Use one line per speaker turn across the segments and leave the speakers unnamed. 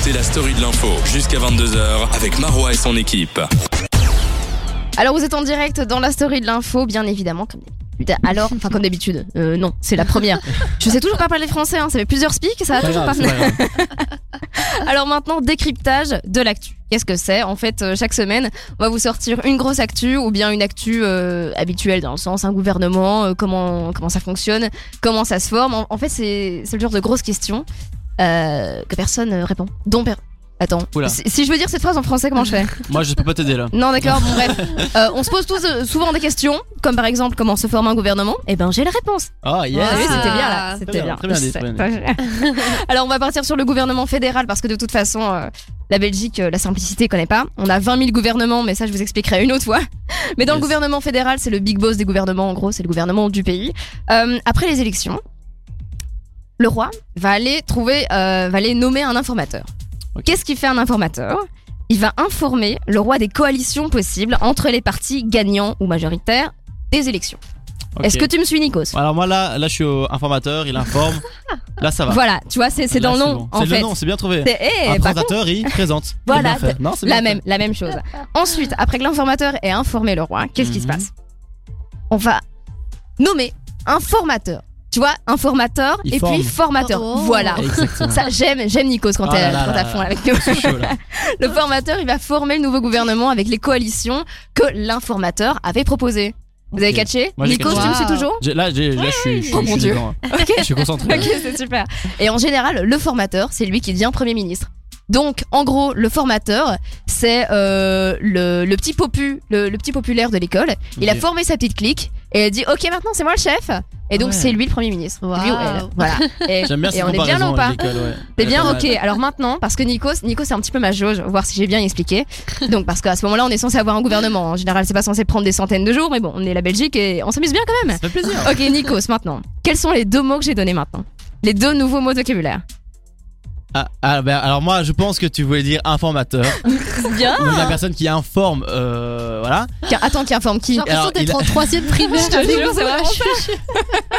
C'est la story de l'info jusqu'à 22h avec Marois et son équipe.
Alors vous êtes en direct dans la story de l'info, bien évidemment, comme d'habitude. Alors, enfin comme d'habitude, Euh, non, c'est la première. Je sais toujours pas parler français, hein, ça fait plusieurs speaks, ça va toujours pas. Alors maintenant, décryptage de l'actu. Qu'est-ce que c'est En fait, euh, chaque semaine, on va vous sortir une grosse actu ou bien une actu euh, habituelle dans le sens un gouvernement, euh, comment comment ça fonctionne, comment ça se forme. En, en fait, c'est c'est le genre de grosses questions euh, que personne euh, répond. Dont per- Attends,
Oula.
si, si je veux dire cette phrase en français, comment je fais
Moi, je peux pas t'aider là.
Non, d'accord, bon, bref. Euh, on se pose tous euh, souvent des questions, comme par exemple comment se forme un gouvernement. Eh ben, j'ai la réponse.
Oh, yes.
Ah oui,
Ah.
c'était bien là.
Très
C'était
bien,
bien.
très bien
Je
dit,
sais.
très bien
Alors, on va partir sur le gouvernement fédéral parce que de toute façon, euh, la Belgique, euh, la simplicité connaît pas. On a 20 000 gouvernements, mais ça, je vous expliquerai une autre fois. Mais dans le
Yes.
gouvernement fédéral, c'est le big boss des gouvernements. En gros, c'est le gouvernement du pays. Euh, après les élections, le roi va aller trouver, euh, va aller nommer un informateur.
Ok.
Qu'est-ce qu'il fait un informateur Il va informer le roi des coalitions possibles entre les partis gagnants ou majoritaires des élections.
Ok.
Est-ce que tu me suis, Nikos
Alors moi là, là je suis au informateur, il informe. Là ça va.
Voilà, tu vois, c'est c'est dans
Là,
le nom.
bon.
en
C'est
fait.
le nom, c'est bien trouvé.
C'est- eh,
Un
par
présentateur, il présente.
Voilà,
C'est bien fait. Non, c'est bien
La
fait.
même, la même chose. Ensuite, après que l'informateur ait informé le roi, qu'est-ce qui se
Mhm.
passe On va nommer un formateur. Tu vois, informateur
Il
et puis
forme.
formateur.
Oh.
Voilà.
Exactement.
Ça, j'aime, j'aime Nikos quand
Oh
t'es
là là
quand t'es à
là
fond
là.
avec nous.
C'est chaud, là.
Le formateur, il va former le nouveau gouvernement avec les coalitions que l'informateur avait proposées. Vous avez
Ok.
catché
Moi, j'ai
Nikos,
catché.
tu me suis
Wow.
toujours
J'ai- Là, j'ai- là, je suis, je suis,
Oh,
je suis
mon Dieu.
dedans, hein.
Ok.
Je suis concentré.
Ok, c'est super. Et en général, le formateur, c'est lui qui devient Premier ministre. Donc, en gros, le formateur, c'est euh, le, le petit popu, le, le petit populaire de l'école. Il a
Ok.
formé sa petite clique et il a dit Ok, maintenant c'est moi le chef. Et donc,
Ouais.
c'est lui le Premier ministre.
Waouh.
Lui ou elle. Voilà. Et,
J'aime bien
et
cette
on est bien
comparaison
ou pas
avec l'école, ouais.
T'es Eh bien
Pas
ok.
mal.
Alors maintenant, parce que Nikos, Nikos c'est un petit peu ma jauge, voir si j'ai bien expliqué. Donc parce qu'à ce moment-là, on est censé avoir un gouvernement. En général, c'est pas censé prendre des centaines de jours, mais bon, on est la Belgique et on s'amuse bien quand même.
Ça fait plaisir.
Ok Nikos, maintenant, quels sont les deux mots que j'ai donnés maintenant Les deux nouveaux mots de vocabulaire.
Ah, ah, bah, alors moi, je pense que tu voulais dire informateur.
Bien.
Donc la personne qui informe, euh, voilà.
Attends, qui informe qui
J'ai l'impression
Alors, il
d'être
a-
en troisième primaire.
Je te
avec
jure,
vous,
c'est
là,
vraiment
je suis-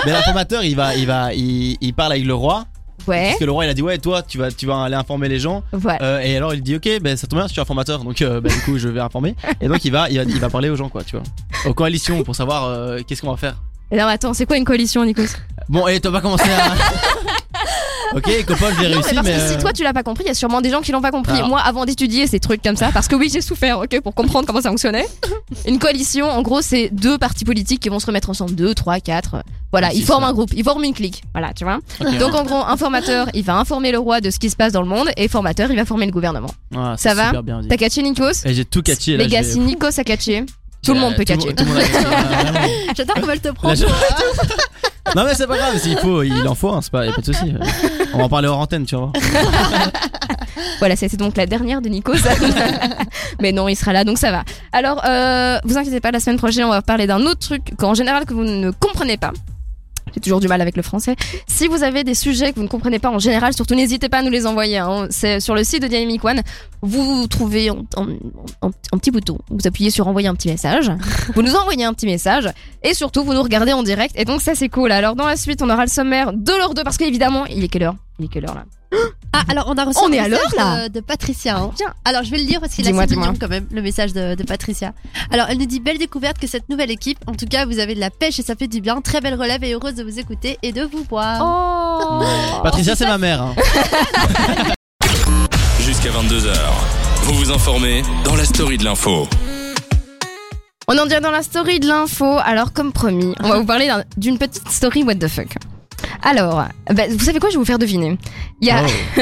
Mais l'informateur, il va, il va, il, il parle avec le roi.
Ouais,
Parce que le roi, il a dit ouais, toi, tu vas, tu vas aller informer les gens.
voilà.
Euh, et alors il dit ok ben ça tombe bien je suis informateur donc euh, ben, du coup je vais informer et donc il va, il va il va parler aux gens quoi tu vois aux coalitions pour savoir euh, qu'est-ce qu'on va faire
Non, mais attends, c'est quoi une coalition, Nikos
bon et t'as pas commencé à ok copain j'ai
Non,
réussi
mais parce
mais
que si
euh, Ah.
toi tu l'as pas compris, il y a sûrement des gens qui l'ont pas compris.
Alors.
Moi, avant d'étudier ces trucs comme ça, parce que oui, j'ai souffert, ok, pour comprendre comment ça fonctionnait. Une coalition, en gros, c'est deux partis politiques qui vont se remettre ensemble, deux, trois, quatre. Voilà,
Ah,
ils
c'est
forment
ça. Ah.
un groupe, ils forment une clique. Voilà, tu vois.
ok.
Donc en gros, informateur, il va informer le roi de ce qui se passe dans le monde, et formateur, il va former le gouvernement.
Ah,
ça
c'est
va
super bien dit.
T'as catché, Nikos
et j'ai tout catché là
Les gars,
j'ai-
si Nikos a catché, tout le monde peut
euh, tout
catcher.
tout le monde a catché, là, vraiment.
J'adore comment elle te prend.
Là, je- non mais c'est pas grave s'il faut il en faut hein, c'est pas y a pas de souci on va en parler hors antenne tu vois
Voilà, c'était donc la dernière de Nico. ça. Mais non, il sera là, donc ça va. Alors, euh, vous inquiétez pas, la semaine prochaine, on va parler d'un autre truc qu'en général que vous ne comprenez pas. J'ai toujours du mal avec le français. Si vous avez des sujets que vous ne comprenez pas en général, surtout n'hésitez pas à nous les envoyer. hein. C'est sur le site de Dynamic One. Vous trouvez un, un- un- un petit bouton. Vous appuyez sur envoyer un petit message. Vous nous envoyez un petit message. Et surtout, vous nous regardez en direct. Et donc, ça, c'est cool. Alors, dans la suite, on aura le sommaire de l'heure 2. Parce qu'évidemment, il est quelle heure Il est quelle heure là
Ah, alors on a reçu
On
un
est à
message
l'heure, là.
de, de Patricia. hein.
Tiens.
Alors je vais le lire parce qu'il est
Dis-moi,
assez
dis-moi.
mignon quand même, le message de, de Patricia. Alors elle nous dit belle découverte que cette nouvelle équipe. En tout cas, vous avez de la pêche et ça fait du bien. Très belle relève et heureuse de vous écouter et de vous voir.
Oh
Patricia c'est ma mère hein.
Jusqu'à 22h. Vous vous informez dans la story de l'info.
On en dit dans la story de l'info. Alors, comme promis, on va vous parler d'un- d'une petite story what the fuck. Alors, bah, vous savez quoi Je vais vous faire deviner. Il y a,
Oh,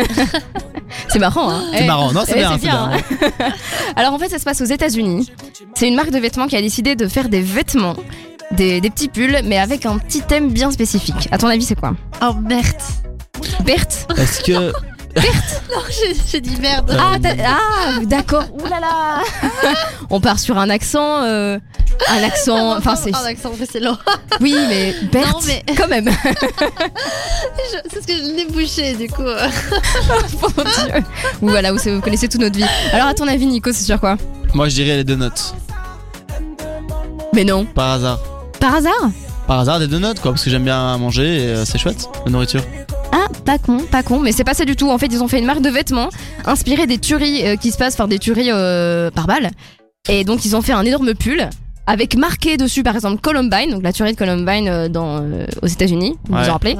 c'est marrant. Hein
c'est
Eh,
marrant non c'est
eh,
bien
c'est
c'est bien
bien, Alors en fait, ça se passe aux États-Unis. C'est une marque de vêtements qui a décidé de faire des vêtements, des, des petits pulls, mais avec un petit thème bien spécifique. À ton avis, c'est quoi
Oh merde.
Berthe.
est-ce que
Non, j'ai- j'ai dit merde.
Euh,
Ah, t'as- ah, d'accord. Ouh là là. on part sur un accent, euh, un accent. Enfin, c'est.
Un accent précédent.
Oui, mais Berthe.
Non, mais-
Quand même.
Je- C'est ce que je l'ai bouché du coup.
Mon Dieu. Ou voilà, vous, vous connaissez toute notre vie. Alors, à ton avis, Nico, c'est sur quoi
moi je dirais les deux notes
Mais non.
par hasard
Par hasard
Par hasard des donuts quoi, parce que j'aime bien manger et euh, c'est chouette la nourriture.
Ah, pas con, pas con, mais c'est pas ça du tout. En fait, ils ont fait une marque de vêtements inspirée des tueries euh, qui se passent, enfin des tueries euh, par balle. Et donc, ils ont fait un énorme pull avec marqué dessus, par exemple, Columbine, donc la tuerie de Columbine euh, dans, euh, aux États-Unis, vous vous
Ouais.
en rappelez.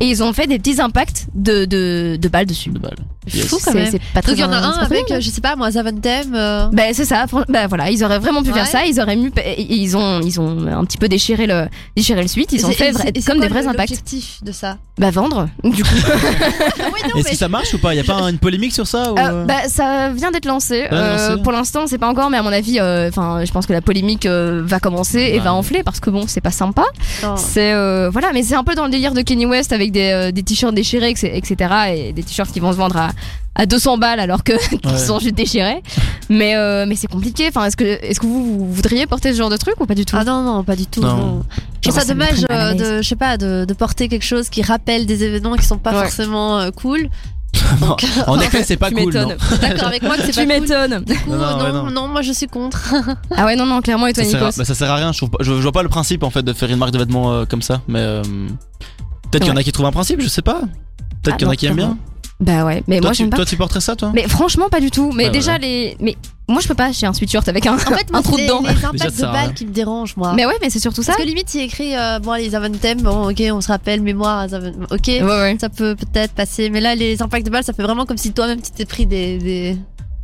Et ils ont fait des petits impacts de, de, de balles dessus.
de balles.
Fou
C'est-
quand même.
C'est pas très
Donc il y en a
c'est
un
pas très
avec,
bien.
euh, je sais pas moi, Zaventem. euh,
Ben c'est ça, fran- ben voilà, ils auraient vraiment pu
Ouais.
faire ça, ils auraient mieux, ils ont, ils ont un petit peu déchiré le, déchiré le suite, ils ont
et
fait
c'est-
vra-
et c'est
comme
quoi
des vrais
le-
impacts.
L'objectif de ça.
Bah vendre, du coup.
Ah
Est-ce que ça marche ou pas Il y a pas une polémique sur ça ou...
Euh, bah, ça vient d'être lancé.
Ah,
Euh,
lancé.
pour l'instant, c'est pas encore, mais à mon avis, euh, enfin, je pense que la polémique euh, va commencer et
Ouais.
va enfler parce que bon, c'est pas sympa.
Non.
C'est euh, voilà, mais c'est un peu dans le délire de Kenny West avec des, euh, des t-shirts déchirés, etc., et des t-shirts qui vont se vendre à, à 200 balles alors que qu'ils
Ouais.
sont juste déchirés. Mais euh, mais c'est compliqué. Enfin, est-ce que est-ce que vous, vous voudriez porter ce genre de truc ou pas du tout
Ah non, non, pas du tout.
Non.
non. Je
Genre,
trouve ça
ça me
dommage
très mal à
euh,
l'aise.
de, je sais pas, de, de porter quelque chose qui rappelle des événements qui sont pas
Ouais.
forcément euh, cool.
Non. En effet, c'est pas
Tu
cool.
m'étonnes.
non.
D'accord avec moi que c'est
Tu
pas cool.
m'étonnes.
Du coup, euh,
Non, non, ouais,
non,
non.
non, moi je suis contre.
Ah ouais, non, non, clairement, et toi,
Ça sert, à,
Nikos
bah, ça sert à rien. Je, trouve pas- je- je vois pas le principe en fait de faire une marque de vêtements euh, comme ça. Mais euh, peut-être qu'il y en a qui trouvent un principe. Je sais pas. Peut-être
Ah,
qu'il y en a
non,
qui aiment bien.
clairement. Bah ouais, mais
toi,
moi,
tu,
j'aime pas.
toi, tu porterais ça, toi
Mais franchement, pas du tout. Mais
Ah,
déjà,
voilà.
les. Mais moi, je peux pas, j'ai un sweatshirt avec un,
En fait, moi,
un trou
c'est les,
dedans.
les
Déjà,
impacts
ça
de
sert à rien.
balles qui me dérangent, moi.
Mais ouais, mais c'est surtout ça.
Parce que limite, il écrit, euh, bon, les Aventem, bon, ok, on se rappelle, mémoire, Zaventem, ok.
Ouais, ouais.
Ça peut peut-être passer, mais là, les impacts de balles, ça fait vraiment comme si toi-même tu t'es pris des. des-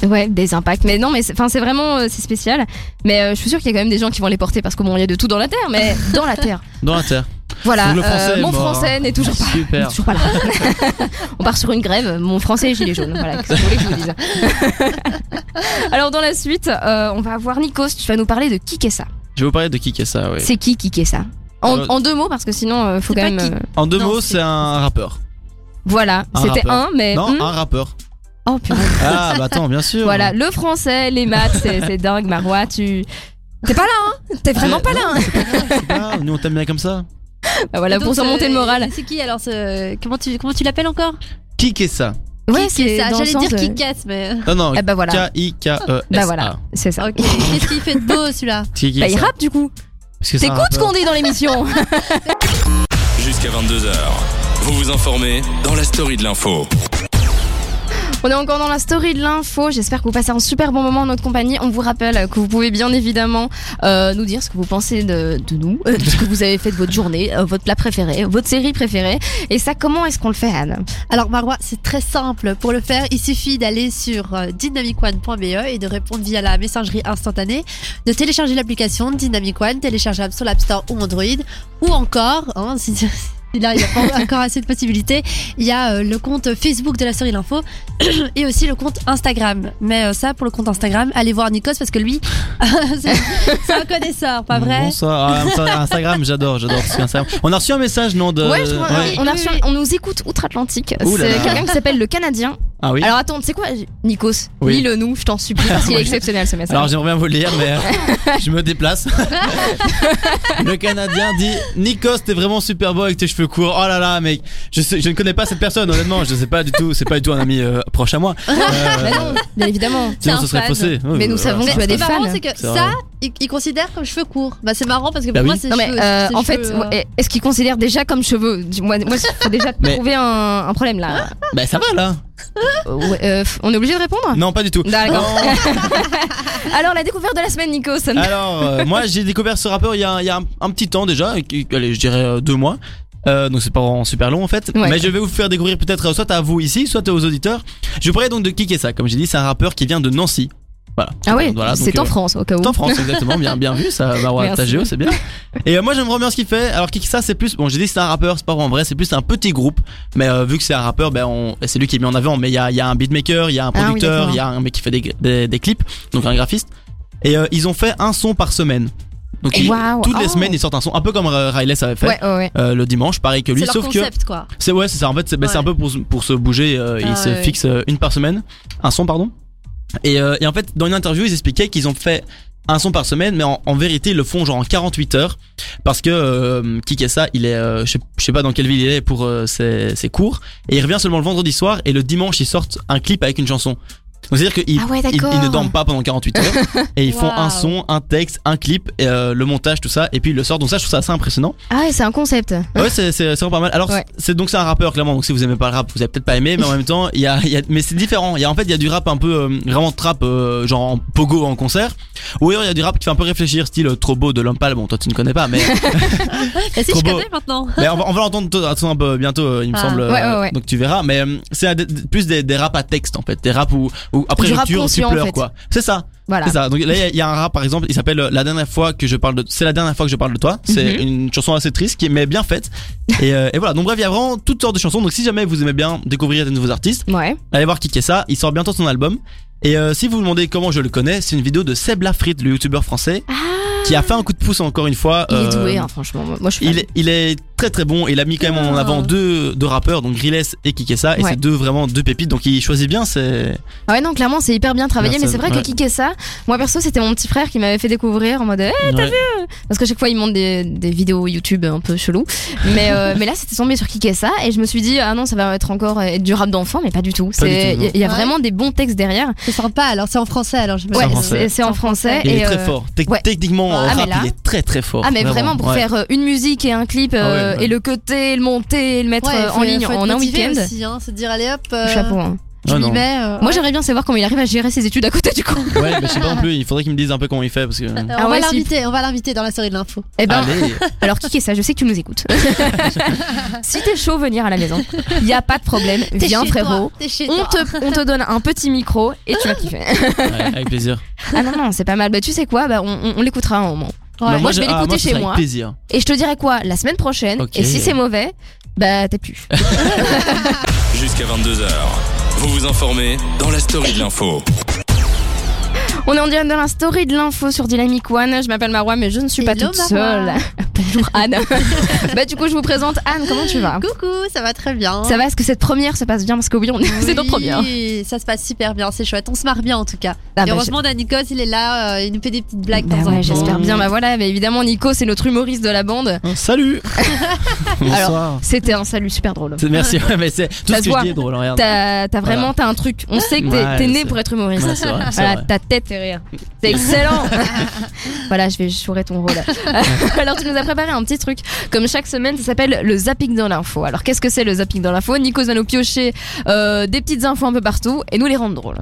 Ouais, des impacts. Mais non, mais c'est enfin, c'est vraiment euh, c'est spécial. Mais euh, je suis sûre qu'il y a quand même des gens qui vont les porter parce que bon, il y a de tout dans la terre, mais dans la terre.
Dans la terre.
Voilà.
Donc le
euh,
français est
mon
mort,
français
hein.
n'est toujours pas.
Super.
toujours pas là. On part sur une grève. Mon français est gilet jaune. Voilà. Qu'est-ce que vous voulez que je vous dise Alors dans la suite, euh, on va avoir Nikos. Tu vas nous parler de Kikessa.
Je vais vous parler de qui qu'est ça. Oui.
C'est qui Kikessa en,
Euh,
en deux mots parce que sinon euh, faut
c'est
quand
pas
même.
qui-
euh,
En deux
Non,
mots,
c'est-
c'est un rappeur.
Voilà.
Un
C'était
rappeur.
un, mais.
Non,
hmm.
un rappeur.
Oh purée.
Ah bah attends, bien sûr.
Voilà, le français, les maths, c'est c'est dingue, Marois, tu. T'es pas là, hein T'es vraiment pas là, hein
C'est pas grave, Nous on t'aime bien comme ça.
Bah Voilà,
Et donc, euh,
pour surmonter
c'est-
le moral.
C'est qui alors ce... Comment tu, comment tu l'appelles encore
Qui qu'est ça
Ouais,
Qui- qui
c'est
ça
dans le
J'allais
sens
dire
de-
qui casse, mais.
Non non.
Eh bah voilà,
K I K E S.
bah voilà, c'est ça.
Ok, qu'est-ce qu'il fait de beau celui-là
Bah il rappe du coup. T'écoutes ce qu'on dit dans l'émission
Jusqu'à 22h. Vous vous informez dans la story de l'info.
On est encore dans la story de l'info. J'espère que vous passez un super bon moment en notre compagnie. On vous rappelle que vous pouvez bien évidemment euh, nous dire ce que vous pensez de, de nous, euh, de ce que vous avez fait de votre journée, euh, votre plat préféré, votre série préférée. Et ça, comment est-ce qu'on le fait, Anne
Alors Marois, c'est très simple. Pour le faire, il suffit d'aller sur euh, dynamicone.be E et de répondre via la messagerie instantanée, de télécharger l'application Dynamic One, téléchargeable sur l'App Store ou Android, ou encore, hein, si, si là il n'y a pas encore assez de possibilités, il y a euh, le compte Facebook de la série L'Info et aussi le compte Instagram. Mais euh, ça, pour le compte Instagram, allez voir Nikos parce que lui, c'est c'est un connaisseur, pas vrai
Bonsoir. Ah, Insta- Instagram, j'adore, j'adore. parce qu'Instagram- On a reçu un message, non de.
Ouais, je crois,
ouais.
on, a reçu un-
Oui,
on
oui.
nous écoute outre-Atlantique.
Euh, Ouh là
C'est
là.
quelqu'un qui s'appelle le Canadien.
Ah oui.
Alors attends, tu sais quoi, Nikos
Oui.
Lis-le nous, je t'en supplie, parce qu'il est
Moi, je-
exceptionnel ce message.
Alors j'aimerais bien vous le lire, mais euh, je me déplace. le Canadien dit Nikos, t'es vraiment super beau avec tes cheveux courts. Oh là là, mec, je, sais- je ne connais pas cette personne, honnêtement. Je sais pas du tout, c'est pas du tout un ami euh, proche à moi. Euh,
Bah non, bien évidemment.
c'est
sinon,
un
ce serait
fan.
faussé. Oui,
Mais nous
euh,
savons
c'est
que tu as
un
des
Ce qui est
fan.
fans.
marrant, c'est que
C'est
ça,
vrai.
il, il considère comme cheveux courts. Bah, c'est marrant parce que
Bah
pour
oui.
moi, c'est
Non mais
cheveux-
euh,
c'est
en fait,
cheveux, euh,
ouais, est-ce qu'il considère déjà comme cheveux Moi, moi il faut déjà
Mais-
trouver un, un problème là.
Bah ça va là
Euh, ouais, euh, on est obligé de répondre
Non, pas du tout.
D'accord. Alors la découverte de la semaine, Nikos. ça me-
Alors, euh, moi, j'ai découvert ce rappeur il y a, il y a un, un petit temps déjà, qui- allez, je dirais euh, deux mois. Euh, donc c'est pas vraiment super long en fait,
Ouais.
mais je vais vous faire découvrir peut-être euh, soit à vous ici, soit aux auditeurs. Je pourrais donc de qui ça, comme j'ai dit, c'est un rappeur qui vient de Nancy. Voilà.
Ah ouais,
Voilà, donc,
c'est en
euh,
France au cas où.
C'est en France, exactement. Bien, bien vu, ça, Marois
Merci.
ta géo, c'est bien. Et euh, moi, j'aime vraiment bien ce qu'il fait. Alors, Kikissa, c'est plus. Bon, j'ai dit c'est un rappeur, c'est pas vraiment vrai, c'est plus un petit groupe. Mais euh, vu que c'est un rappeur, ben, on- et c'est lui qui est mis en avant. Mais il y a, il y a un beatmaker, il y a un
Ah oui,
producteur, il
d'accord.
y a un mec qui fait des, des- des clips, donc un graphiste. Et euh, ils ont fait un son par semaine. Donc, ils-
Waouh,
toutes les
oh.
semaines, ils sortent un son, un peu comme euh, Riley avait fait.
Ouais, ouais, ouais.
euh, le dimanche, pareil que lui,
c'est leur
sauf que
concept, quoi.
c'est ouais, c'est ça. En fait, c'est ben, c'est
Ouais.
un peu pour, se- pour se bouger. euh,
Ah
ils se
ouais.
fixent euh, une par semaine, un son pardon. Et, euh, et en fait, dans une interview, ils expliquaient qu'ils ont fait un son par semaine, mais en, en vérité, ils le font genre en 48 heures parce que euh, Kikessa, il est, euh, je, sais, je sais pas dans quelle ville il est pour euh, ses, ses cours, et il revient seulement le vendredi soir et le dimanche, ils sortent un clip avec une chanson. Donc c'est-à-dire qu'ils
Ah ouais,
ils,
d'accord.
ils ne dorment pas pendant 48 heures et ils font un
Waouh.
son, un texte, un clip, et, euh, le montage, tout ça, et puis ils le sortent. Donc ça, je trouve ça assez impressionnant.
Ah, c'est un concept.
Ouais, c'est c'est- c'est vraiment pas mal. Alors
Ouais.
c'est donc c'est un rappeur clairement. Donc si vous aimez pas le rap, vous avez peut-être pas aimé, mais en même temps, il y a, il y a- mais c'est différent. Il y a en fait il y a du rap un peu euh, vraiment trap euh, genre en pogo en concert, ou alors il y a du rap qui fait un peu réfléchir, style euh, trop beau de Lompal. Bon, toi tu ne connais pas, mais
Et si
Trop
je
beau.
connais maintenant.
mais on va, on va l'entendre tôt- attends un peu bientôt, euh, il me
Ah.
semble. euh,
Ouais, ouais, ouais.
Donc tu verras. Mais euh, c'est un des- plus des, des raps à texte en fait, des raps où, où après
Du rap
rupture, tu
conscient, en
pleures
fait.
quoi. C'est ça,
Voilà.
c'est ça. Donc là il y a- il y, a un rap par exemple, il s'appelle euh, La dernière fois que je parle de, c'est la dernière fois que je parle de toi. C'est
Mhm.
une chanson assez triste qui est mais bien faite. Et, euh, et voilà. Donc bref, il y a vraiment toutes sortes de chansons. Donc si jamais vous aimez bien découvrir des nouveaux artistes,
Ouais.
allez voir Kiké ça. Il sort bientôt son album. Et euh, si vous vous demandez comment je le connais, c'est une vidéo de Seb Lafrite, le youtubeur français,
Ah,
qui a fait un coup de pouce encore une fois.
Il est
euh,
doué, hein, franchement. Moi, je suis.
il est, il est très très bon. Il a mis quand même en
Ah.
avant deux, deux rappeurs, donc Grilles et Kikessa, et
Ouais.
c'est deux vraiment deux pépites. Donc il choisit bien. C'est
Ah ouais, non, clairement, c'est hyper bien travaillé,
Merci,
mais c'est vrai
ouais.
que Kikessa, moi perso, c'était mon petit frère qui m'avait fait découvrir en mode. eh,
Ouais.
Parce que chaque fois, il monte des, des vidéos YouTube un peu chelou. Mais, euh, mais là, c'était tombé sur Kikessa, et je me suis dit, ah non, ça va être encore euh, être du rap d'enfant, mais pas du tout. C'est-
du
Il
tout,
y a- il y a
non.
vraiment des bons textes derrière.
C'est sympa alors, c'est en français alors je me
Ouais,
en français.
c'est- c'est en français.
il
et,
est très
euh,
fort. Tec-
ouais.
Techniquement, en
Ah, mais
rap,
là-
il est très très fort.
Ah mais vraiment, pour
ouais.
faire euh, une musique et un clip euh,
Ah ouais, ouais.
et le côté, le monter, le mettre euh, en ligne en un week-end.
aussi, hein, se dire allez hop, euh,
Chapeau. hein.
je
Ah,
m'y
non.
mets. euh,
Moi
ouais.
j'aimerais bien savoir comment il arrive à gérer ses études à côté du coup.
Ouais, mais je sais pas non plus. Il faudrait qu'il me dise un peu comment il fait parce que.
Euh,
Ah
on va
ouais, si.
l'inviter, on va l'inviter dans la série de l'info.
Eh ben,
Allez,
alors qui est ça Je sais que tu nous écoutes. si t'es chaud, venir à la maison. Il y a pas de problème.
T'es
Viens
chez toi,
frérot.
t'es chez
On
toi.
te, on te donne un petit micro et tu vas kiffer.
ouais, avec plaisir.
ah non, non, c'est pas mal. Bah, tu sais quoi bah, On, on- on l'écoutera un moment.
Ouais.
Bah,
moi, je vais
ah,
l'écouter
ce
chez
sera avec
moi.
plaisir.
Et je te dirai quoi La semaine prochaine.
Ok.
Et si c'est mauvais, bah t'es plus.
Jusqu'à 22h, vous vous informez dans la story de l'info.
On est en direct dans la story de l'info sur Dynamic One. Je m'appelle Marwa, mais je ne suis pas
Hello,
toute seule.
Marwa.
Bonjour Anne. bah du coup, je vous présente Anne. Comment tu vas
Coucou, ça va très bien.
Ça va Est-ce que cette première se passe bien Parce que oui, on... c'est notre première.
Oui, ça se passe super bien, c'est chouette. On se marre bien en tout cas.
Ah,
Et
bah,
heureusement, Danikos, il est là, euh, il nous fait des petites
je-
blagues. de
Bah
temps en
ouais,
temps.
j'espère bien. Bah voilà, mais évidemment, Nico, c'est notre humoriste de la bande.
Oh, Salut. Bonsoir.
C'était un salut super drôle.
C'est- Merci. ouais, mais c'est tout
Ça se
ce que je
voit.
dis est drôle. Regarde.
T'as t'as vraiment t'as un truc. On sait que t'es
Ouais,
t'es né
c'est-
pour être humoriste.
Ouais, c'est vrai, c'est
Voilà,
vrai.
ta tête fait rire. C'est excellent. voilà, je vais chourer ton rôle. Alors, tu nous as préparé un petit truc. Comme chaque semaine, ça s'appelle le zapping dans l'info. Alors, qu'est-ce que c'est le zapping dans l'info Nico va nous piocher euh, des petites infos un peu partout et nous les rendre drôles.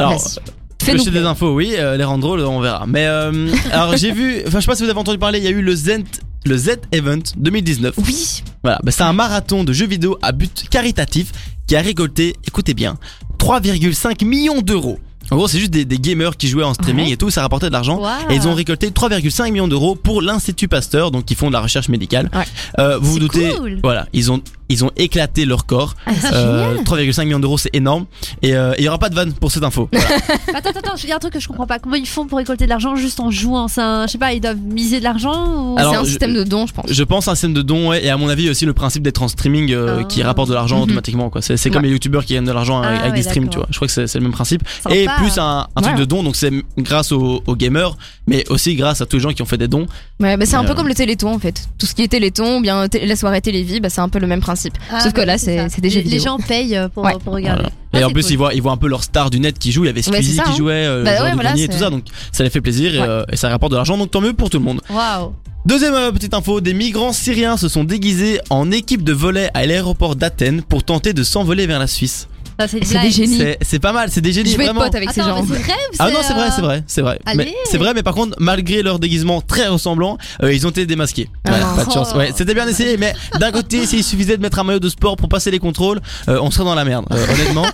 Alors, euh,
Vas-y.
Piocher
Fais-nous.
des infos, oui, euh, les rendre drôles, on verra. Mais euh, alors j'ai vu, enfin je sais pas si vous avez entendu parler, il y a eu le Zent, le Z Event 2019.
Oui,
Voilà, bah, c'est un marathon de jeux vidéo à but caritatif qui a récolté, écoutez bien, 3,5 millions d'euros. En gros, c'est juste des, des gamers qui jouaient en streaming et tout, ça rapportait de l'argent.
Waouh.
Et ils ont récolté 3,5 millions d'euros pour l'Institut Pasteur, donc qui font de la recherche médicale.
Ouais.
Euh, vous vous
C'est
doutez,
cool.
voilà, ils ont, ils ont éclaté leur corps.
Ah, c'est
Euh,
génial.
3,5 millions d'euros, c'est énorme. Et euh, il y aura pas de vanne pour cette info.
Bah, Attends, attends, attends, il y a un truc que je comprends pas. Comment ils font pour récolter de l'argent juste en jouant C'est un- Je sais pas, ils doivent miser de l'argent ou...
Alors,
c'est un
je-
système de dons, je pense.
Je pense à un système de don ouais, et à mon avis aussi le principe d'être en streaming euh,
Ah.
qui rapporte de l'argent
Mhm.
automatiquement quoi. C'est c'est comme
Ouais.
les youtubeurs qui gagnent de l'argent
Ah
avec, avec
ouais,
des streams tu
d'accord.
vois. Je crois que c'est c'est le même principe.
Sympa.
Et plus un, un truc
Ouais.
de don donc c'est grâce aux, aux gamers mais aussi grâce à tous les gens qui ont fait des dons.
Ouais, bah, c'est un
Mais,
peu
euh,
comme le téléthon en fait. Tout ce qui est téléthon, ou bien té- la soirée télévie, bah, c'est un peu le même principe.
Ah,
Sauf que
bah,
là,
ça.
c'est c'est des jeux
les,
vidéo.
les gens payent euh, pour,
Ouais.
pour regarder.
Voilà.
Ah,
et en
c'est
plus
cool.
ils voient ils voient un peu leur star du net qui joue, il y avait
Ouais,
Squeezie
c'est ça,
qui
hein.
jouait, euh,
Bah
Jean
ouais,
du
voilà,
Grenier et tout
c'est-
ça donc ça les fait plaisir et,
Ouais.
euh, et ça rapporte de l'argent donc tant mieux pour tout le monde.
Waouh.
Deuxième euh, petite info, des migrants syriens se sont déguisés en équipe de volet à l'aéroport d'Athènes pour tenter de s'envoler vers la Suisse.
Ça, C'est une
C'est des
blague.
génies.
C'est c'est pas mal, c'est des génies
Je vais être
vraiment.
pote avec ces
Attends,
gens.
mais c'est vrai ou
Ah non, c'est
euh,
vrai, c'est vrai, c'est vrai.
allez.
Mais c'est vrai, mais par contre, malgré leur déguisement très ressemblant, euh, ils ont été démasqués.
Ah
Ouais,
non.
pas de chance. Ouais, c'était bien essayé, mais d'un côté, s'il suffisait de mettre un maillot de sport pour passer les contrôles, euh, on serait dans la merde, euh, honnêtement.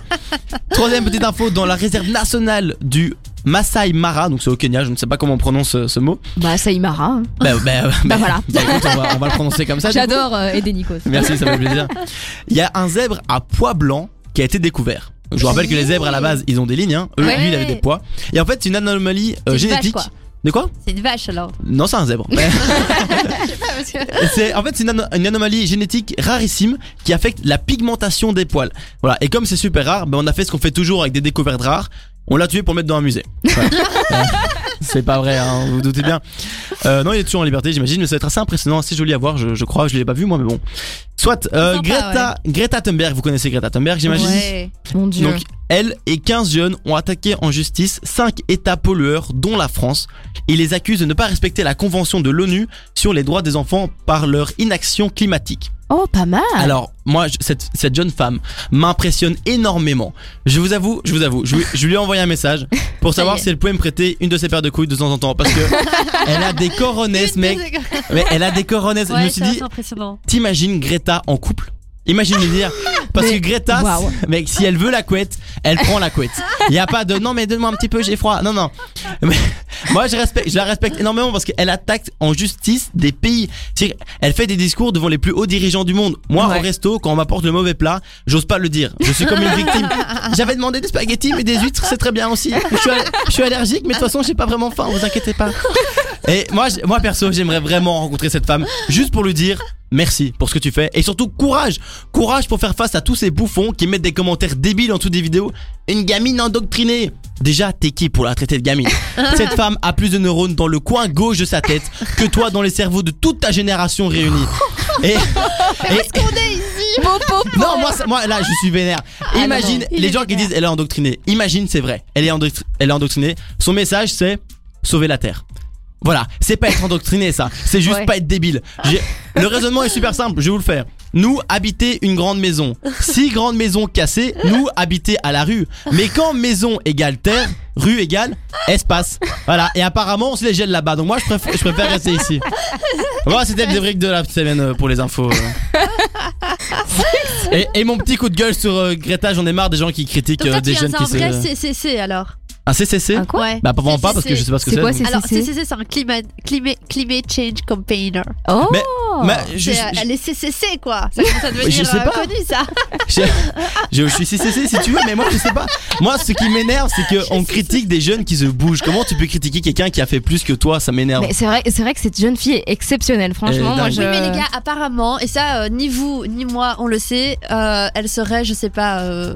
Troisième petite info, dans la réserve nationale du Masai Mara, donc c'est au Kenya, je ne sais pas comment on prononce euh, ce mot.
Bah, Saïmara. hein.
Bah, bah, bah,
voilà.
bah, écoute, on, va, on va le prononcer comme ça. du coup.
J'adore euh, aider Nico.
Merci, ça fait plaisir. Il y a un zèbre à poids blanc qui a été découvert. Je vous rappelle que les zèbres à la base, ils ont des lignes. Hein. Eux,
Ouais.
lui, il avait des poids. Et en fait, c'est une anomalie euh,
C'est une vache,
génétique.
quoi.
De quoi
C'est une vache alors.
Non, c'est un zèbre.
Ah,
c'est en fait c'est une, ano- une anomalie génétique rarissime qui affecte la pigmentation des poils. Voilà. Et comme c'est super rare, ben on a fait ce qu'on fait toujours avec des découvertes rares. On l'a tué pour le mettre dans un musée. Voilà. Euh, C'est pas vrai, hein, vous vous doutez bien. Euh, non, il est toujours en liberté, j'imagine, mais ça va être assez impressionnant, assez joli à voir, je, je crois. Je l'ai pas vu, moi, mais bon. Soit, euh,
Sympa,
Greta, Greta Thunberg, vous connaissez Greta Thunberg, j'imagine.
Ouais.
Mon dieu.
Donc, elle et 15 jeunes ont attaqué en justice 5 États pollueurs, dont la France. Ils les accusent de ne pas respecter la Convention de l'ONU sur les droits des enfants par leur inaction climatique.
oh, pas mal.
Alors, moi, je- cette, cette jeune femme m'impressionne énormément. Je vous avoue, je vous avoue, je, lui- je lui ai envoyé un message pour
Ça y
savoir
est.
si elle pouvait me prêter une de ses paires de couilles de temps en temps. Parce que elle a des coronesses, mec. Mais elle a des coronesses. je me
Ouais,
suis
ça,
dit,
c'est impressionnant.
T'imagines Greta en couple Imagine lui dire parce
Mais-
que Greta,
Waouh.
mec, si elle veut la couette, elle prend la couette. Il y a pas de non mais donne-moi un petit peu, j'ai froid. Non non. Mais, moi je respecte, je la respecte énormément parce qu'elle attaque en justice des pays. C'est- Elle fait des discours devant les plus hauts dirigeants du monde. Moi
Ouais.
au resto, quand on m'apporte le mauvais plat, j'ose pas le dire. Je suis comme une victime. J'avais demandé des spaghettis mais des huîtres, c'est très bien aussi. Je suis, al- je suis allergique mais de toute façon j'ai pas vraiment faim, vous inquiétez pas. Et moi, j- moi perso, j'aimerais vraiment rencontrer cette femme juste pour lui dire merci pour ce que tu fais et surtout courage, courage pour faire face à tous ces bouffons qui mettent des commentaires débiles en dessous des vidéos. Une gamine endoctrinée. Déjà, t'es qui pour la traiter de gamine Cette femme a plus de neurones dans le coin gauche de sa tête que toi dans les cerveaux de toute ta génération réunie. Et, et- non, moi, ça- moi, là, je suis vénère.
Ah, non,
Imagine
il
les
est
gens qui
vénère.
disent elle est endoctrinée. Imagine, c'est vrai. Elle est, endoctri- elle est endoctrinée. Son message, c'est sauver la terre. Voilà, c'est pas être endoctriné, ça. C'est juste
Ouais.
pas être débile. J'ai- Le raisonnement est super simple. Je vais vous le faire. Nous habiter une grande maison. Si grande maison cassée, nous habiter à la rue. Mais quand maison égale terre, rue égale espace. Voilà. Et apparemment, on se les gèle là-bas. Donc moi, je préfère, je préfère rester ici. Voilà, c'était le débrick de la semaine euh, pour les infos. euh. Et, et mon petit coup de gueule sur euh, Greta, j'en ai marre des gens qui critiquent
Donc
euh,
toi,
des
tu
jeunes
viens
qui
un
se. euh,
vrai CCC alors
Un CCC
Un quoi Bah,
Ouais.
Bah, probablement pas parce que je sais pas ce que
C'est
c'est.
quoi,
donc.
c'est
Alors,
CCC?
CCC, c'est un climate, climate, climate change campaigner.
Oh.
Mais- Mais je-
C'est,
je-
euh, les CCC, quoi. Ça commence à devenir
sais
euh,
pas.
connu, ça.
Je, je, je suis CCC si tu veux, mais moi je sais pas. Moi, ce qui m'énerve, c'est que on critique des jeunes qui se bougent. Comment tu peux critiquer quelqu'un qui a fait plus que toi Ça m'énerve.
Mais c'est vrai, c'est vrai que cette jeune fille est exceptionnelle. Franchement,
Elle est
moi
dingue.
je.
Oui, mais les gars, apparemment, et ça, euh, ni vous, ni moi, on le sait, euh, elle serait, je sais pas, euh,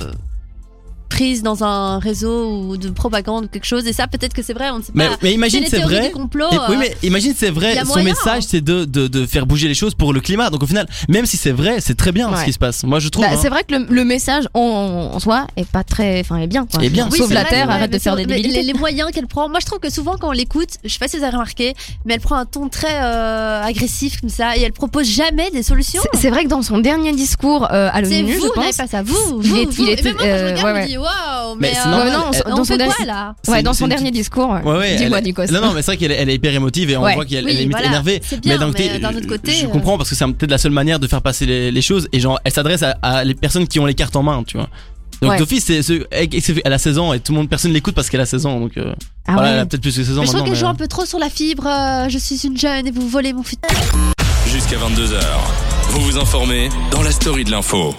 prise dans un réseau ou de propagande ou quelque chose. Et ça, peut-être que c'est vrai, on ne sait
Mais,
pas.
mais imagine
les
c'est
théories
vrai.
du complot.
Et- oui,
euh,
mais imagine c'est
y
vrai.
a
Son
moyen, hein.
message, c'est de, de, de faire bouger les choses pour le climat. Donc au final, même si c'est vrai, c'est très bien ce
Ouais.
qui se passe. Moi, je trouve.
Bah,
hein.
c'est vrai que le, le message en, en soi est pas très. Enfin, est bien. Quoi.
Est bien,
Oui,
Sauve
c'est
la
vrai,
terre,
ouais,
arrête
mais
de faire
sur-
des
mais
débilités.
Les, les moyens qu'elle prend, moi je trouve que souvent quand on l'écoute, je sais pas si vous avez remarqué, mais elle prend un ton très euh, agressif comme ça et elle propose jamais des solutions.
C'est- C'est vrai que dans son dernier discours euh, à
C'est
l'ONU,
vous,
je
n'avez
pense.
pas ça, vous, vous,
Il est-
vous.
il
Et
était-
même moi, quand je
euh,
regarde,
ouais,
je me dis waouh,
Mais
mais,
c'est
euh,
normal.
Ouais, mais non,
on
dans
fait
son
quoi
dernier-
là
C'est
Ouais,
une-
dans
c'est
son
une
dernier discours.
Ouais, ouais,
Dis-moi,
elle-
Nikos.
Non, non, mais c'est vrai qu'elle est- elle est hyper émotive et on
Ouais.
voit qu'elle
Oui,
elle est limite
voilà.
énervée.
C'est bien,
d'un
mais
côté,
d'un
je-
autre côté,
je
euh,
comprends parce que c'est peut-être la seule manière de faire passer les, les choses. Et genre, elle s'adresse à, à les personnes qui ont les cartes en main, tu vois. Donc
Ouais.
d'office, c'est, c'est- elle a 16 ans et tout le monde, personne l'écoute parce qu'elle a 16 ans. Donc euh,
Ah
voilà,
ouais.
elle a peut-être plus que 16 ans
Mais je
maintenant.
trouve qu'elle
mais,
joue
euh,
un peu trop sur la fibre, euh, je suis une jeune et vous volez mon futur.
Jusqu'à 22h, vous vous informez dans la story de l'info.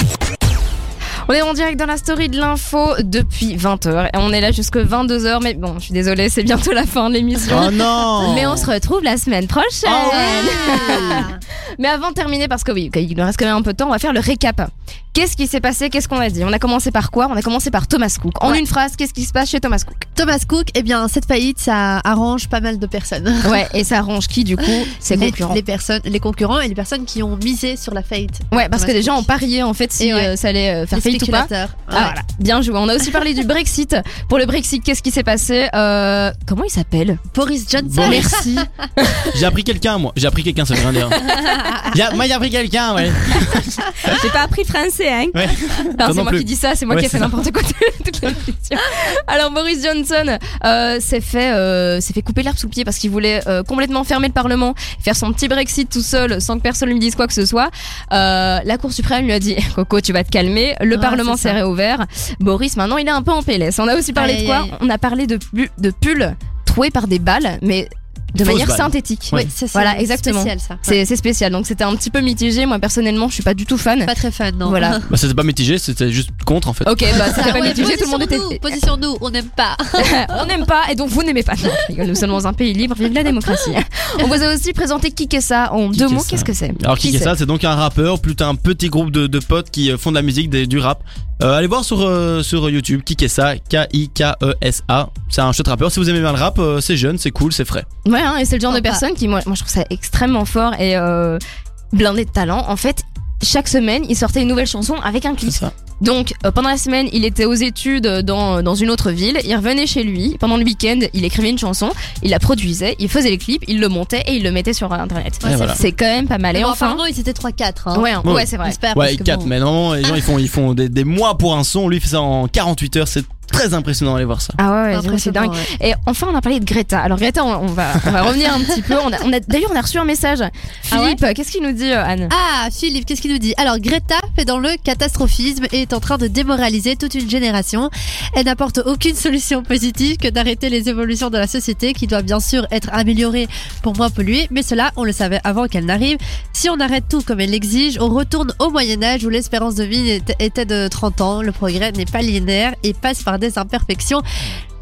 On est en direct dans la story de l'info depuis 20h. Et on est là jusque 22h. Mais bon, je suis désolée, c'est bientôt la fin de l'émission.
Oh non
Mais on se retrouve la semaine prochaine.
Ah
Mais avant de terminer, parce que oui, il nous reste quand même un peu de temps, on va faire le récap. Qu'est-ce qui s'est passé Qu'est-ce qu'on a dit On a commencé par quoi On a commencé par Thomas Cook. En
Ouais.
une phrase, qu'est-ce qui se passe chez Thomas Cook
Thomas Cook, eh bien, cette faillite, ça arrange pas mal de personnes.
Ouais, et ça arrange qui du coup Ses
les,
concurrents.
les personnes, les concurrents et les personnes qui ont misé sur la faillite.
Ouais, parce que
Thomas
les gens
Cook.
ont parié en fait si
Et ouais.
euh, ça allait euh, faire
Les
faillite ou pas.
spéculateurs.
Ah, voilà. Bien joué. On a aussi parlé du Brexit. Pour le Brexit, qu'est-ce qui s'est passé Euh, Comment il s'appelle
Boris Johnson.
Boris.
Merci.
J'ai appris quelqu'un, moi. J'ai appris quelqu'un, ça veut rien dire. Il y a- moi, j'ai appris quelqu'un, ouais.
J'ai pas appris français, hein
Ouais.
Non,
Toi
c'est
non
moi
plus.
qui dis ça, c'est moi
Ouais,
qui ai fait
c'est ça.
n'importe quoi toute la question. Alors Boris Johnson euh, s'est fait, euh, s'est fait couper l'herbe sous le pied parce qu'il voulait euh, complètement fermer le Parlement, faire son petit Brexit tout seul sans que personne lui dise quoi que ce soit. Euh, la Cour suprême lui a dit Coco, tu vas te calmer. Le
Ah,
Parlement
c'est
s'est
ça.
réouvert. Boris, maintenant, il est un peu en PLS. On a aussi parlé
Aïe,
de quoi
aïe, aïe.
On a parlé de, bu- de pulls troués par des balles, mais de
Fausses
manière
balles.
synthétique.
Oui, c'est ça.
Voilà, exactement.
Spécial, ça. Ouais.
C'est c'est spécial, donc c'était un petit peu mitigé. Moi personnellement, je suis pas du tout fan.
Pas très fan, non.
Voilà.
Bah, c'était pas mitigé, c'était juste contre en fait.
Ok, bah
Ah
c'était pas
ouais,
mitigé, tout le monde était.
positionnons-nous, Positionnons-nous, on n'aime pas.
on n'aime pas et donc vous n'aimez pas. Non, je rigole, nous sommes dans un pays libre, vive la démocratie. On vous a aussi présenté Kikessa en
Qui
deux
qu'est
mots,
ça
qu'est-ce que c'est
Alors qui,
Qui
c'est ça C'est donc un rappeur, plus un petit groupe de, de potes qui euh, font de la musique, des- du rap, Euh, allez voir sur, euh, sur YouTube, Kikessa, K-I-K-E-S-A. E C'est un chouette rappeur. Si vous aimez bien le rap, euh, c'est jeune, c'est cool, c'est frais.
Ouais, hein, et c'est le genre de
Sympa.
personne qui, moi, moi, je trouve ça extrêmement fort et euh, blindé de talent. En fait, chaque semaine, il sortait une nouvelle chanson avec un clip.
ça.
Ah,
Donc, euh, pendant la semaine, il était aux études euh, dans, dans une autre ville. Il revenait chez lui. Pendant le week-end, il écrivait une chanson, il la produisait, il faisait les clips, il le montait et il le mettait sur euh, Internet.
Ouais,
C'est-
voilà.
C'est quand même pas mal. Et
Bon,
enfin.
apparemment, ils étaient 3-4. Hein.
Ouais, hein,
Ouais.
ouais, c'est vrai.
J'espère.
Ouais,
parce que
4,
bon.
mais non, les gens ils font, ils font des, des mois pour un son. Lui, il fait ça en 48 heures. C'est très impressionnant, allez voir ça.
Ah ouais, ouais, c'est- c'est dingue.
Impressionnant, hein. ouais.
Et enfin, on a parlé de Greta. Alors Greta, on, on va, on va revenir un petit peu. On a, on a- D'ailleurs, on a reçu un message. Philippe, qu'est-ce qu'il nous dit, euh, Anne
Ah, Philippe, qu'est-ce qu'il nous dit Alors, Greta fait dans le catastrophisme et est en train de démoraliser toute une génération. Elle n'apporte aucune solution positive que d'arrêter les évolutions de la société qui doit bien sûr être améliorée pour moins polluer, mais cela, on le savait avant qu'elle n'arrive. Si on arrête tout comme elle l'exige, on retourne au Moyen-Âge où l'espérance de vie était- était de 30 ans. Le progrès n'est pas linéaire et passe par des imperfections,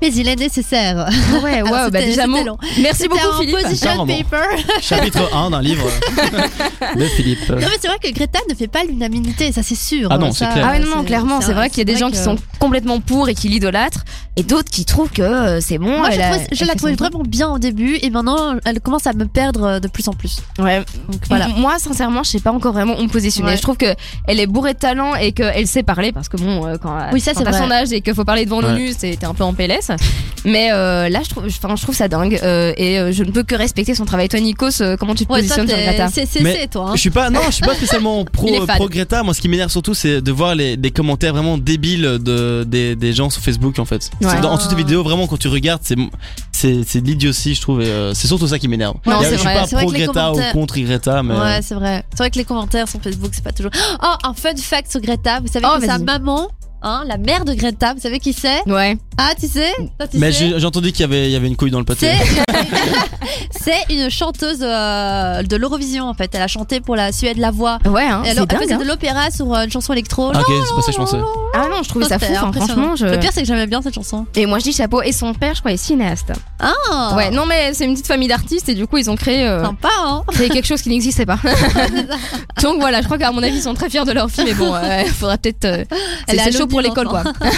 mais il est nécessaire.
Ouais, ouais,
Alors,
bah
c'était-
déjà,
c'était
mon-
long.
merci
C'était
beaucoup,
un
Philippe.
Position
Carrément.
paper.
Chapitre 1 d'un livre euh, de Philippe.
Non mais c'est vrai que Greta ne fait pas l'unanimité, ça c'est sûr. hein,
Ah non,
Ça,
c'est clair.
Ah ouais, non, non, clairement, c'est vrai qu'il y a des gens qui
que-
sont complètement pour et qui l'idolâtrent, et d'autres qui trouvent que euh, c'est bon.
Moi, je,
elle a-
trouvais- je
elle
la
fait
trouvais
son truc.
vraiment bien au début et maintenant elle commence à me perdre de plus en plus.
Ouais.
Donc voilà.
M- Moi, sincèrement, je sais pas encore vraiment où me positionner.
Mm-hmm. Ouais.
Je trouve que elle est bourrée de talent et qu'elle sait parler parce que bon, euh, quand,
Oui, ça,
quand
c'est
t'as
vrai.
son âge et qu'il faut parler devant
Ouais.
l'ONU, c'est t'es un peu en PLS. Mais euh, là, je trouve, enfin, je trouve ça dingue euh, et euh, je ne peux que respecter son travail. Toi, Nikos, euh, comment tu te positionnes sur Greta
c'est
Mais-
c'est toi. hein.
Je suis pas, non, je suis pas spécialement
Il
pro,
est
euh,
fan.
pro Greta. Moi, ce qui m'énerve surtout, c'est de voir les, des commentaires vraiment débiles de, des, des gens sur Facebook, en fait.
Ouais.
C'est Dans, en dessous des vidéos, vraiment, quand tu regardes, c'est, c'est, c'est de l'idiotie, je trouve. et, euh, c'est surtout ça qui m'énerve.
Non,
Il y a-
c'est
je suis
vrai,
pas
c'est vrai
pro
que les
Greta ou
commentaires-
contre Greta, mais. euh,
Ouais, c'est vrai. C'est vrai que les commentaires sur Facebook, c'est pas toujours. Oh, un fun fact sur Greta. Vous savez
Oh,
que sa
vas-y.
maman, hein, la mère de Greta, vous savez qui c'est
Ouais.
Ah, tu sais Toi, tu
Mais
sais
j'ai j'ai entendu qu'il y avait, il y avait une couille dans le pâté.
C'est c'est une chanteuse euh, de l'Eurovision en fait. Elle a chanté pour la Suède La Voix.
Ouais, hein,
Et
c'est
Elle, elle
dingue.
faisait
hein.
de l'opéra sur euh, une chanson électro.
Ah, ok, c'est pas ça que je pensais.
Ah non, je trouvais ça fou.
C'était
enfin,
impressionnant.
franchement, je...
Le pire, c'est que j'aimais bien cette chanson.
et moi je dis chapeau. Et son père, je crois, est cinéaste.
Ah
Ouais, non mais c'est une petite famille d'artistes et du coup ils ont créé, euh,
Sympa, hein
créé quelque chose qui n'existait pas. Donc voilà, je crois qu'à mon avis ils sont très fiers de leur film mais bon, euh, faudra peut-être... euh, c'est
Elle est
c'est chaud
anonyme
pour l'école quoi.
maintenant.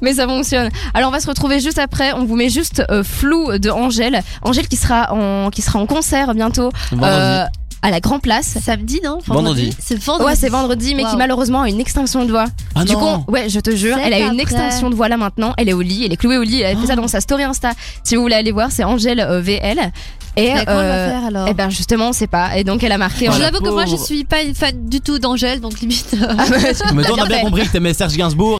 mais ça fonctionne. Alors on va se retrouver juste après, on vous met juste euh, Flou de Angèle. Angèle qui sera en, qui sera en concert bientôt
Vendredi.
euh, à la Grand Place.
Samedi, non
Vendredi.
C'est vendredi.
Ouais, c'est vendredi, mais qui
Wow. Oh.
malheureusement a une extinction de voix.
ah
du
non.
coup, ouais, je te jure,
C'est
elle a
pas
une
vrai. Oh.
extinction de voix là maintenant. Elle est au lit, elle est clouée au lit. Elle a fait ça dans sa story Insta. Si vous voulez aller voir, c'est Angèle euh, VL. Et
Mais comment elle
euh,
va faire alors
Eh ben justement, on sait pas. Et donc elle a marqué.
Oh,
Je
la
l'avoue que moi, je
pauvre.
suis pas une fan du tout d'Angèle, donc limite. euh,
en-
Mais toi, on
Bien
a bien
fait.
compris que t'aimais Serge Gainsbourg.